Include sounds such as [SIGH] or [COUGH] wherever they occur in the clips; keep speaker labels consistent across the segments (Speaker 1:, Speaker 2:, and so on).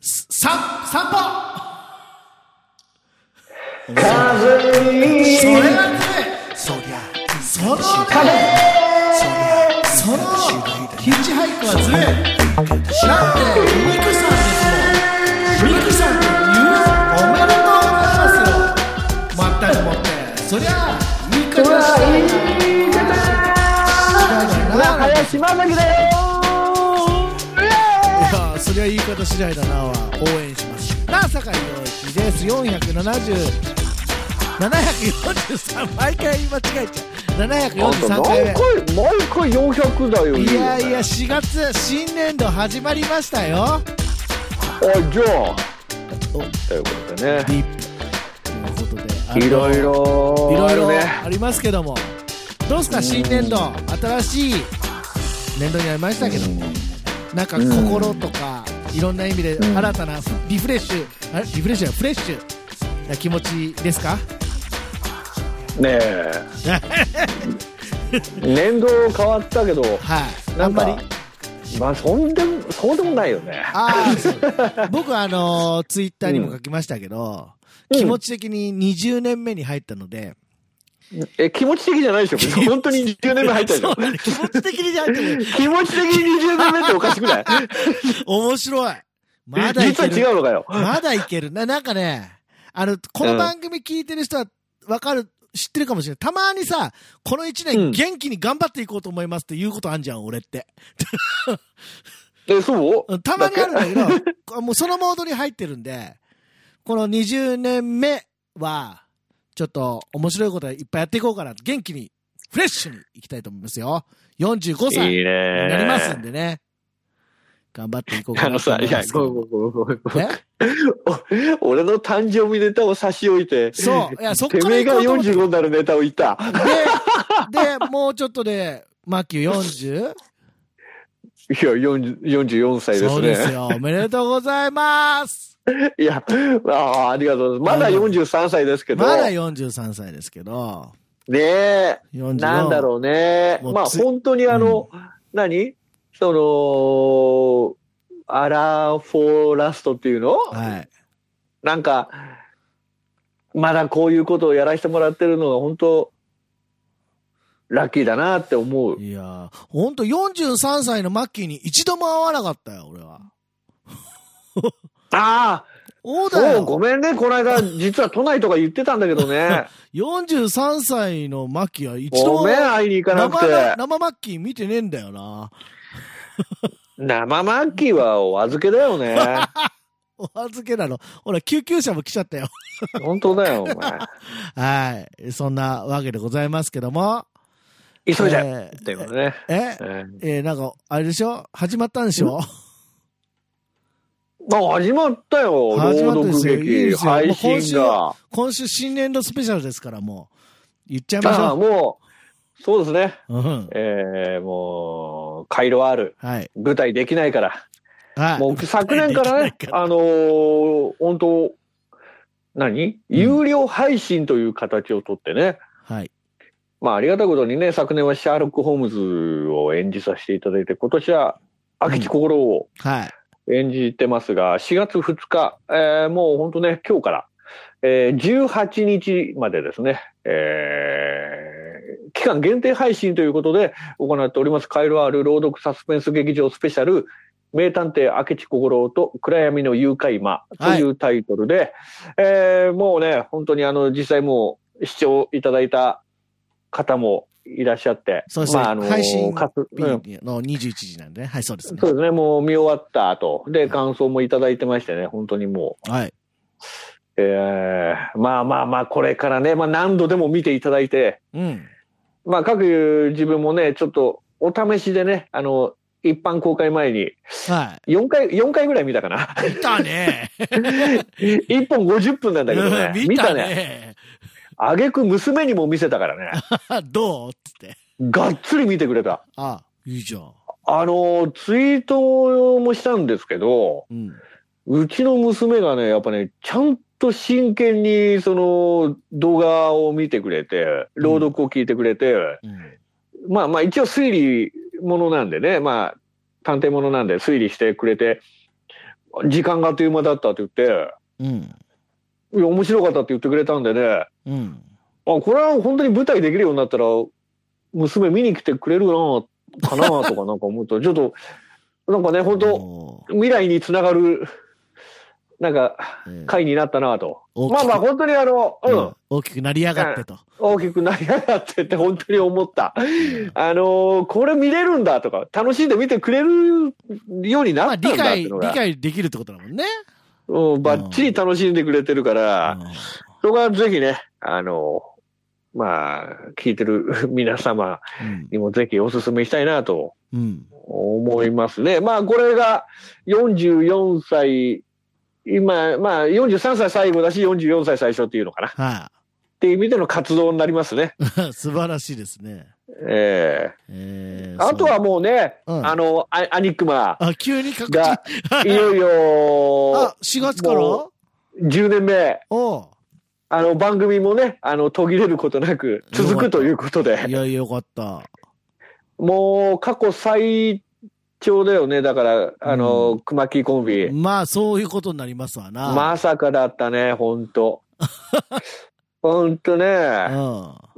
Speaker 1: さ、散歩
Speaker 2: 風に
Speaker 1: それだけそりゃ、そのね、そりゃ、その、ヒッチハイクはずるい。だって、ミクさんですもん。ミクさんって言うおめでとうございますよ。まったりもって。そりゃ、ミクちゃん次第だな。い
Speaker 2: 林島崎だよ
Speaker 1: や、そりゃ言い方次第だなは応援します。なあ、酒井陽一です。470。743毎回言い間違えちゃう
Speaker 2: あん
Speaker 1: 743
Speaker 2: た
Speaker 1: 回
Speaker 2: 毎
Speaker 1: 目
Speaker 2: 回毎回400だよ
Speaker 1: いやいや
Speaker 2: あ
Speaker 1: 4月新年度始まりましたよ
Speaker 2: じゃあ
Speaker 1: お
Speaker 2: ということでね
Speaker 1: ディープということであの
Speaker 2: いろいろ
Speaker 1: いろいろ
Speaker 2: ね
Speaker 1: ありますけどもどうですか新年度新しい年度になりましたけどもなんか心とかいろんな意味で
Speaker 2: ん
Speaker 1: 新たなリフレッシュあれリフレッシュじゃないフレッシュな気持ちですか
Speaker 2: ねえ年度変わったけど
Speaker 1: はいあ
Speaker 2: なんん
Speaker 1: ま
Speaker 2: か
Speaker 1: り
Speaker 2: まあそんでもそうでもないよね
Speaker 1: ああそう
Speaker 2: [LAUGHS]
Speaker 1: 僕あのツイッターにも書きましたけど
Speaker 2: うん
Speaker 1: 気持ち的に20年目に入ったので、
Speaker 2: え気持ち的じゃないでしょ別に本当に20年目入ったじゃ
Speaker 1: そ
Speaker 2: ん
Speaker 1: うだね気持ち的に入ってる。
Speaker 2: 気持ち的に20年目っておかしくない
Speaker 1: 面白い。 [LAUGHS] まだい
Speaker 2: 実
Speaker 1: け
Speaker 2: は
Speaker 1: る。
Speaker 2: 違うのかよ
Speaker 1: まだいける。な、なんかね、あの、この
Speaker 2: うん
Speaker 1: 番組聞いてる人はわかる、知ってるかもしれない。たまにさ、この一
Speaker 2: う
Speaker 1: 年
Speaker 2: ん
Speaker 1: 元気に頑張っていこうと思いますっていうことあんじゃん、俺って。
Speaker 2: えそう
Speaker 1: うんたまにあるんだけどこ、もうそのモードに入ってるんで、この20年目は、ちょっと面白いこといっぱいやっていこうかな。元気に、フレッシュにいきたいと思いますよ。45歳。
Speaker 2: いいね
Speaker 1: なりますんでね。頑張っていこうか
Speaker 2: あ
Speaker 1: な
Speaker 2: の
Speaker 1: と
Speaker 2: さ、
Speaker 1: 思
Speaker 2: い
Speaker 1: いま
Speaker 2: や
Speaker 1: す、け
Speaker 2: ご
Speaker 1: ど。
Speaker 2: めんごめんごめんごめん
Speaker 1: ね
Speaker 2: お俺の誕生日ネタを差し置いて、
Speaker 1: そう。
Speaker 2: [LAUGHS]
Speaker 1: いや、そっか
Speaker 2: て
Speaker 1: ら
Speaker 2: めえ
Speaker 1: 行
Speaker 2: が
Speaker 1: こうと思って。
Speaker 2: 45になるネタを言った。
Speaker 1: で、で、もうちょっとで、マキュー
Speaker 2: いや、40 44歳
Speaker 1: 40?
Speaker 2: で
Speaker 1: そ
Speaker 2: す
Speaker 1: うです
Speaker 2: ね。
Speaker 1: よ。おめでとうございます。
Speaker 2: いや、ああ、ありがとうございます。まだ43歳ですけど、
Speaker 1: まだ
Speaker 2: ね
Speaker 1: 43歳ですけど、
Speaker 2: え、
Speaker 1: 44
Speaker 2: なんだろうね。
Speaker 1: もう
Speaker 2: まあ
Speaker 1: つ
Speaker 2: 本当にあの、何その、アラフォーラストっていうの、
Speaker 1: はい。
Speaker 2: なんか、まだこういうことをやらせてもらってるのが本当、ラッキーだなって思う。
Speaker 1: いやー、ほんと43歳のマッキーに一度も会わなかったよ、俺は。そう
Speaker 2: ああ、
Speaker 1: だ
Speaker 2: そう、ご
Speaker 1: よ。
Speaker 2: めんね。この間、実は都内とか言ってたんだけどね。
Speaker 1: 43歳のマッキーは一度
Speaker 2: ご
Speaker 1: も
Speaker 2: めん、会いに行かなく
Speaker 1: 生な
Speaker 2: て。
Speaker 1: 生マッキー見てねえんだよな。
Speaker 2: 生マッキーはお預けだよね。
Speaker 1: お預けなの。ほら、救急車も来ちゃったよ。
Speaker 2: 本当だよ、お前。
Speaker 1: はい。そんなわけでございますけども。
Speaker 2: 急いで。
Speaker 1: えー
Speaker 2: ということね。
Speaker 1: え
Speaker 2: うん
Speaker 1: えーなんか、あれでしょ始まったんでしょ
Speaker 2: まあ、始まったよ。
Speaker 1: 始まった
Speaker 2: 朗
Speaker 1: んですよ
Speaker 2: 読
Speaker 1: いいで
Speaker 2: 劇、
Speaker 1: すよ
Speaker 2: 配信が。
Speaker 1: 今週新年度スペシャルですから、もう。言っちゃいまし
Speaker 2: ああ、
Speaker 1: ょ
Speaker 2: もう、そうですね。
Speaker 1: う。うん。
Speaker 2: えー、もう、回路ある。
Speaker 1: はい。
Speaker 2: 舞台できないから。
Speaker 1: はい。
Speaker 2: もう昨年からね
Speaker 1: できない、か
Speaker 2: あのー本当、何有料配信という形をとってね、
Speaker 1: はい。
Speaker 2: まあありがたいことにね、昨年はシャーロック・ホームズを演じさせていただいて、今年は明智心を
Speaker 1: はい。
Speaker 2: 演じてますが、4月2日、えーもう本当ね、今日から、えー18日までですね、えー期間限定配信ということで行っております、カイロアール朗読サスペンス劇場スペシャル、名探偵明智小五郎と暗闇の誘拐魔というタイトルで、えーもうね、本当にあの、実際もう視聴いただいた方もいらっしゃって、
Speaker 1: そうですね
Speaker 2: まあ、あの
Speaker 1: 配信
Speaker 2: かつ
Speaker 1: ピ
Speaker 2: うん
Speaker 1: ーの21時なんでね。はい、そうですね
Speaker 2: そ。うですね、もう見終わった後、で、感想もいただいてましてね、本当にも
Speaker 1: はい。
Speaker 2: う、えー、まあまあまあ、これからね、まあ何度でも見ていただいて、
Speaker 1: うん。
Speaker 2: まあ各自分もね、ちょっとお試しでね、あの、一般公開前に
Speaker 1: は
Speaker 2: 4回、4回ぐらい見たか
Speaker 1: [LAUGHS]
Speaker 2: な。
Speaker 1: い。見たね。、
Speaker 2: 1本50分なんだけどね
Speaker 1: うん
Speaker 2: 見
Speaker 1: 見た
Speaker 2: たね。
Speaker 1: ね。
Speaker 2: あげく娘にも見せたからね、
Speaker 1: [LAUGHS] どうつって。
Speaker 2: がっつり見てくれた。
Speaker 1: あ、いいじゃん。
Speaker 2: あの、ツイートもしたんですけど、
Speaker 1: うん。
Speaker 2: うちの娘がね、やっぱね、ちゃんと真剣にその動画を見てくれて、朗読を聞いてくれて、
Speaker 1: うん。
Speaker 2: まあまあ一応推理ものなんでね、まあ探偵ものなんで推理してくれて、時間があっという間だったって言って、
Speaker 1: うん。
Speaker 2: いや、面白かったって言ってくれたんでね、あ、
Speaker 1: うん。
Speaker 2: これは本当に舞台できるようになったら、娘見に来てくれるな、かな、とかなんか思った。ちょっと、なんかね、本当
Speaker 1: おー
Speaker 2: 未来につながる、なんか、
Speaker 1: えー
Speaker 2: 回になったなと。
Speaker 1: 大きく
Speaker 2: まあまあ、本当にあの、う
Speaker 1: うんん、大きくなりやがってと。
Speaker 2: 大きくなりやがってって本当に思った。
Speaker 1: うん
Speaker 2: あのーこれ見れるんだとか、楽しんで見てくれるように
Speaker 1: ま
Speaker 2: な
Speaker 1: あ、
Speaker 2: った
Speaker 1: 理
Speaker 2: んだって
Speaker 1: 解、
Speaker 2: いうの
Speaker 1: 理
Speaker 2: が、
Speaker 1: 解できるってことだもんね。
Speaker 2: うん、ばっちり楽しんでくれてるから、そこはぜひね、あのーまあ、聞いてる [LAUGHS] 皆様
Speaker 1: うん
Speaker 2: にもぜひお勧めしたいなと
Speaker 1: うん。
Speaker 2: 思いますね。まあ、これが44歳、今、まあ、43歳最後だし、44歳最初っていうのかな。っ
Speaker 1: は
Speaker 2: ていう意味での活動になりますね。
Speaker 1: い。 [LAUGHS] 素晴らしいですね。
Speaker 2: え
Speaker 1: え
Speaker 2: え
Speaker 1: ー
Speaker 2: あとは、もうね、
Speaker 1: うん
Speaker 2: あの、アアニックマ
Speaker 1: [LAUGHS] そうあ、急に確
Speaker 2: が
Speaker 1: 定。、
Speaker 2: いよいよ
Speaker 1: あ、、4月から
Speaker 2: も
Speaker 1: お
Speaker 2: 10年目、
Speaker 1: う
Speaker 2: あの、番組もね、あの、途切れることなく続くということ
Speaker 1: い
Speaker 2: で、
Speaker 1: や、よかった。
Speaker 2: もう過去最長だよね、だから、あの、熊木コンビ。
Speaker 1: まあ、そういうことになりますわな。
Speaker 2: まさかだったね、ほ
Speaker 1: [LAUGHS]
Speaker 2: んと。ほんと
Speaker 1: あ
Speaker 2: ね。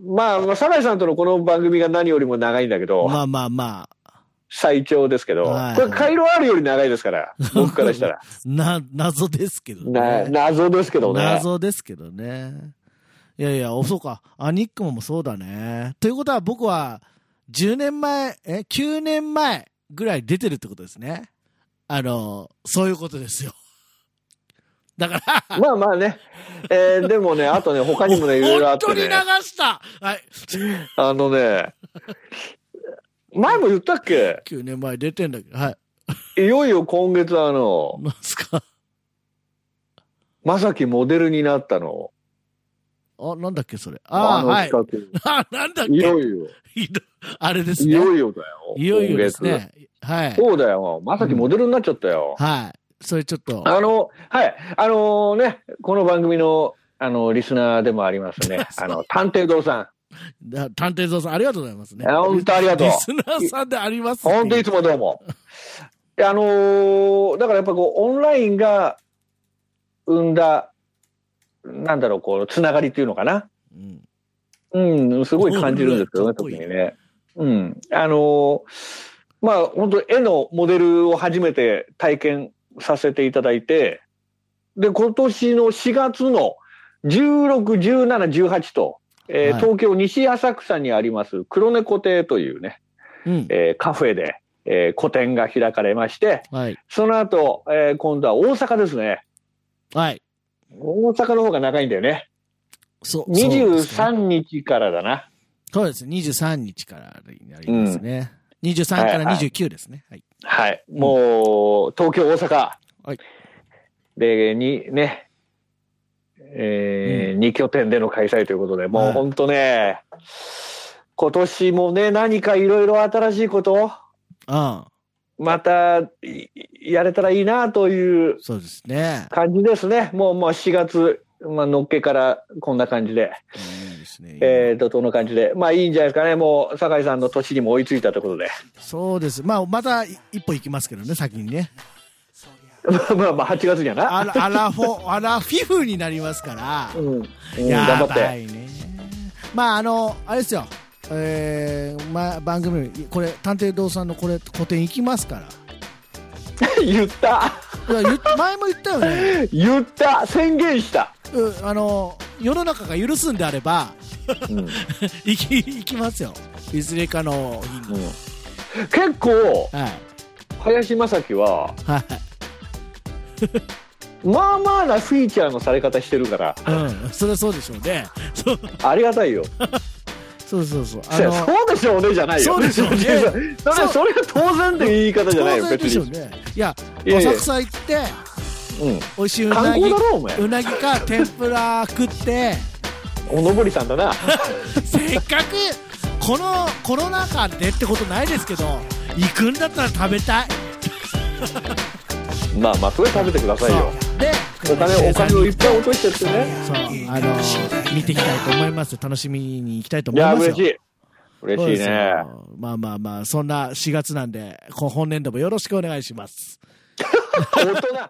Speaker 2: まあ、まあ、サライさんとのこの番組が何よりも長いんだけ
Speaker 1: う
Speaker 2: ど
Speaker 1: ん。、まあまあまあ。
Speaker 2: 最長ですけど、
Speaker 1: はい
Speaker 2: これ、回路あるより長いですから、僕からし
Speaker 1: [LAUGHS]
Speaker 2: たら。
Speaker 1: な、謎ですけど
Speaker 2: な
Speaker 1: ね。
Speaker 2: 謎ですけどね。
Speaker 1: 謎ですけどね。いやいや、おそうか。アニックマもそうだね。ということは僕は、10年前、え、9年前ぐらい出てるってことですね。あの、そういうことですよ。だから、
Speaker 2: まあまあね。えーでもね、あとね、他に
Speaker 1: [LAUGHS]
Speaker 2: もね、いろいろあっ
Speaker 1: 本当に
Speaker 2: てね
Speaker 1: 流。したはい。
Speaker 2: あのね、前も言ったっけ
Speaker 1: 9年前出てんだけど、はい。
Speaker 2: いよいよ今月あの、
Speaker 1: なんすか。
Speaker 2: まさきモデルになったの。
Speaker 1: あ、なんだっけ、それ。
Speaker 2: あ
Speaker 1: ああー、
Speaker 2: の
Speaker 1: はい。
Speaker 2: 企
Speaker 1: あ、なんだっ
Speaker 2: 画。いよ
Speaker 1: け。
Speaker 2: いよ。
Speaker 1: ひどいあれです
Speaker 2: い
Speaker 1: ね。
Speaker 2: よいよだよ。
Speaker 1: [LAUGHS] いよいよです
Speaker 2: 今月。
Speaker 1: ね。はい。
Speaker 2: そうだよ。まさきモデルになっちゃったよ。
Speaker 1: はい。それちょっと。
Speaker 2: あの、はい。あのね、この番組の、あの、リスナーでもあります
Speaker 1: [LAUGHS]
Speaker 2: ね。あの、探偵堂さ
Speaker 1: だ探偵蔵さん、ありがとうございますね。
Speaker 2: ん。あ本当ありがとう
Speaker 1: リ。スナーさんでありますっていう
Speaker 2: 本当いつもどうも。であのーだからやっぱこう、オンラインが生んだ、なんだろう、こう、つながりっていうのかな。
Speaker 1: うん
Speaker 2: うん、すごい感じるんですけどね、
Speaker 1: かっこ
Speaker 2: 特
Speaker 1: いい
Speaker 2: にね。うん。あのーまあ、本当絵のモデルを初めて体験させていただいて、で、今年の4月の16、17、18と、えー
Speaker 1: はい
Speaker 2: 東京西浅草にあります黒猫亭というね、
Speaker 1: うん。
Speaker 2: えーカフェで、えー個展が開かれまして、
Speaker 1: はい。
Speaker 2: その後、えー今度は大阪ですね。
Speaker 1: はい。
Speaker 2: 大阪の方が長いんだよね。
Speaker 1: そう。そうですね
Speaker 2: 23日からだな。
Speaker 1: そうです。23日からになりますね。23から29ですね。はい。
Speaker 2: はい。もう、東京、大阪。
Speaker 1: はい
Speaker 2: で、に、ね、え2拠点での開催ということで、も
Speaker 1: は
Speaker 2: う
Speaker 1: い
Speaker 2: 本当ね、今年もね、何かいろいろ新しいこと、
Speaker 1: ああ、
Speaker 2: また、いやれたらいいなという
Speaker 1: そうですね。
Speaker 2: 感じですね。もう、もう4月、まあのっけからこんな感じで、
Speaker 1: うんいいですね。
Speaker 2: えー、怒涛の感じで、まあいいんじゃないですかね。もう、酒井さんの年にも追いついたということで。 [LAUGHS]
Speaker 1: そうです。まあ、またい一歩行きますけどね、先にね。
Speaker 2: まあまあまあ、8月にはな。
Speaker 1: あら、アラフォ、アラフィフになりますから。
Speaker 2: うん。うん頑張
Speaker 1: や
Speaker 2: っ
Speaker 1: ば
Speaker 2: て。
Speaker 1: いね。まああのあれですよ。えー、まあ番組これ探偵堂さんのこれ個展行きますから。
Speaker 2: [LAUGHS] 言った
Speaker 1: いや言
Speaker 2: [LAUGHS]
Speaker 1: っ前も言ったよね。
Speaker 2: 言った宣言した、
Speaker 1: うんあの世の中が許すんであれば [LAUGHS] 行き行きますよ。いずれかの日に。
Speaker 2: 結構
Speaker 1: はい
Speaker 2: 林正樹は
Speaker 1: はい。
Speaker 2: まあまあなフィーチャーのされ方してるから
Speaker 1: うんそれはそうでしょうね。そう
Speaker 2: ありがたいよ
Speaker 1: そうそうそうあ
Speaker 2: [LAUGHS] そ
Speaker 1: の。
Speaker 2: うでしょうねじゃないよ
Speaker 1: そうでし
Speaker 2: [LAUGHS]
Speaker 1: ょうね
Speaker 2: それそれは当然って言い方じゃないよ
Speaker 1: 当然
Speaker 2: 別
Speaker 1: でしょう
Speaker 2: に、
Speaker 1: ね。いや
Speaker 2: いやいや
Speaker 1: 浅草行って
Speaker 2: うん、
Speaker 1: 美味しいう
Speaker 2: 観
Speaker 1: なぎ
Speaker 2: 光だろお前
Speaker 1: うなぎか天ぷら食って。
Speaker 2: おのぼりさんだな
Speaker 1: せっかくこのコロナ禍でってことないですけど行くんだったら食べたい
Speaker 2: まあまあそれ食べてくださいよ
Speaker 1: そうで
Speaker 2: お金お金をいっぱい落としてってね
Speaker 1: そうあのー見ていきたいと思います楽しみに行きたいと思
Speaker 2: い
Speaker 1: い
Speaker 2: や
Speaker 1: ますよ
Speaker 2: 嬉しい
Speaker 1: そうで
Speaker 2: 嬉しい
Speaker 1: す
Speaker 2: ね
Speaker 1: よまあまあまあそんな4月なんでこ本年度もよろしくお願いします
Speaker 2: 大人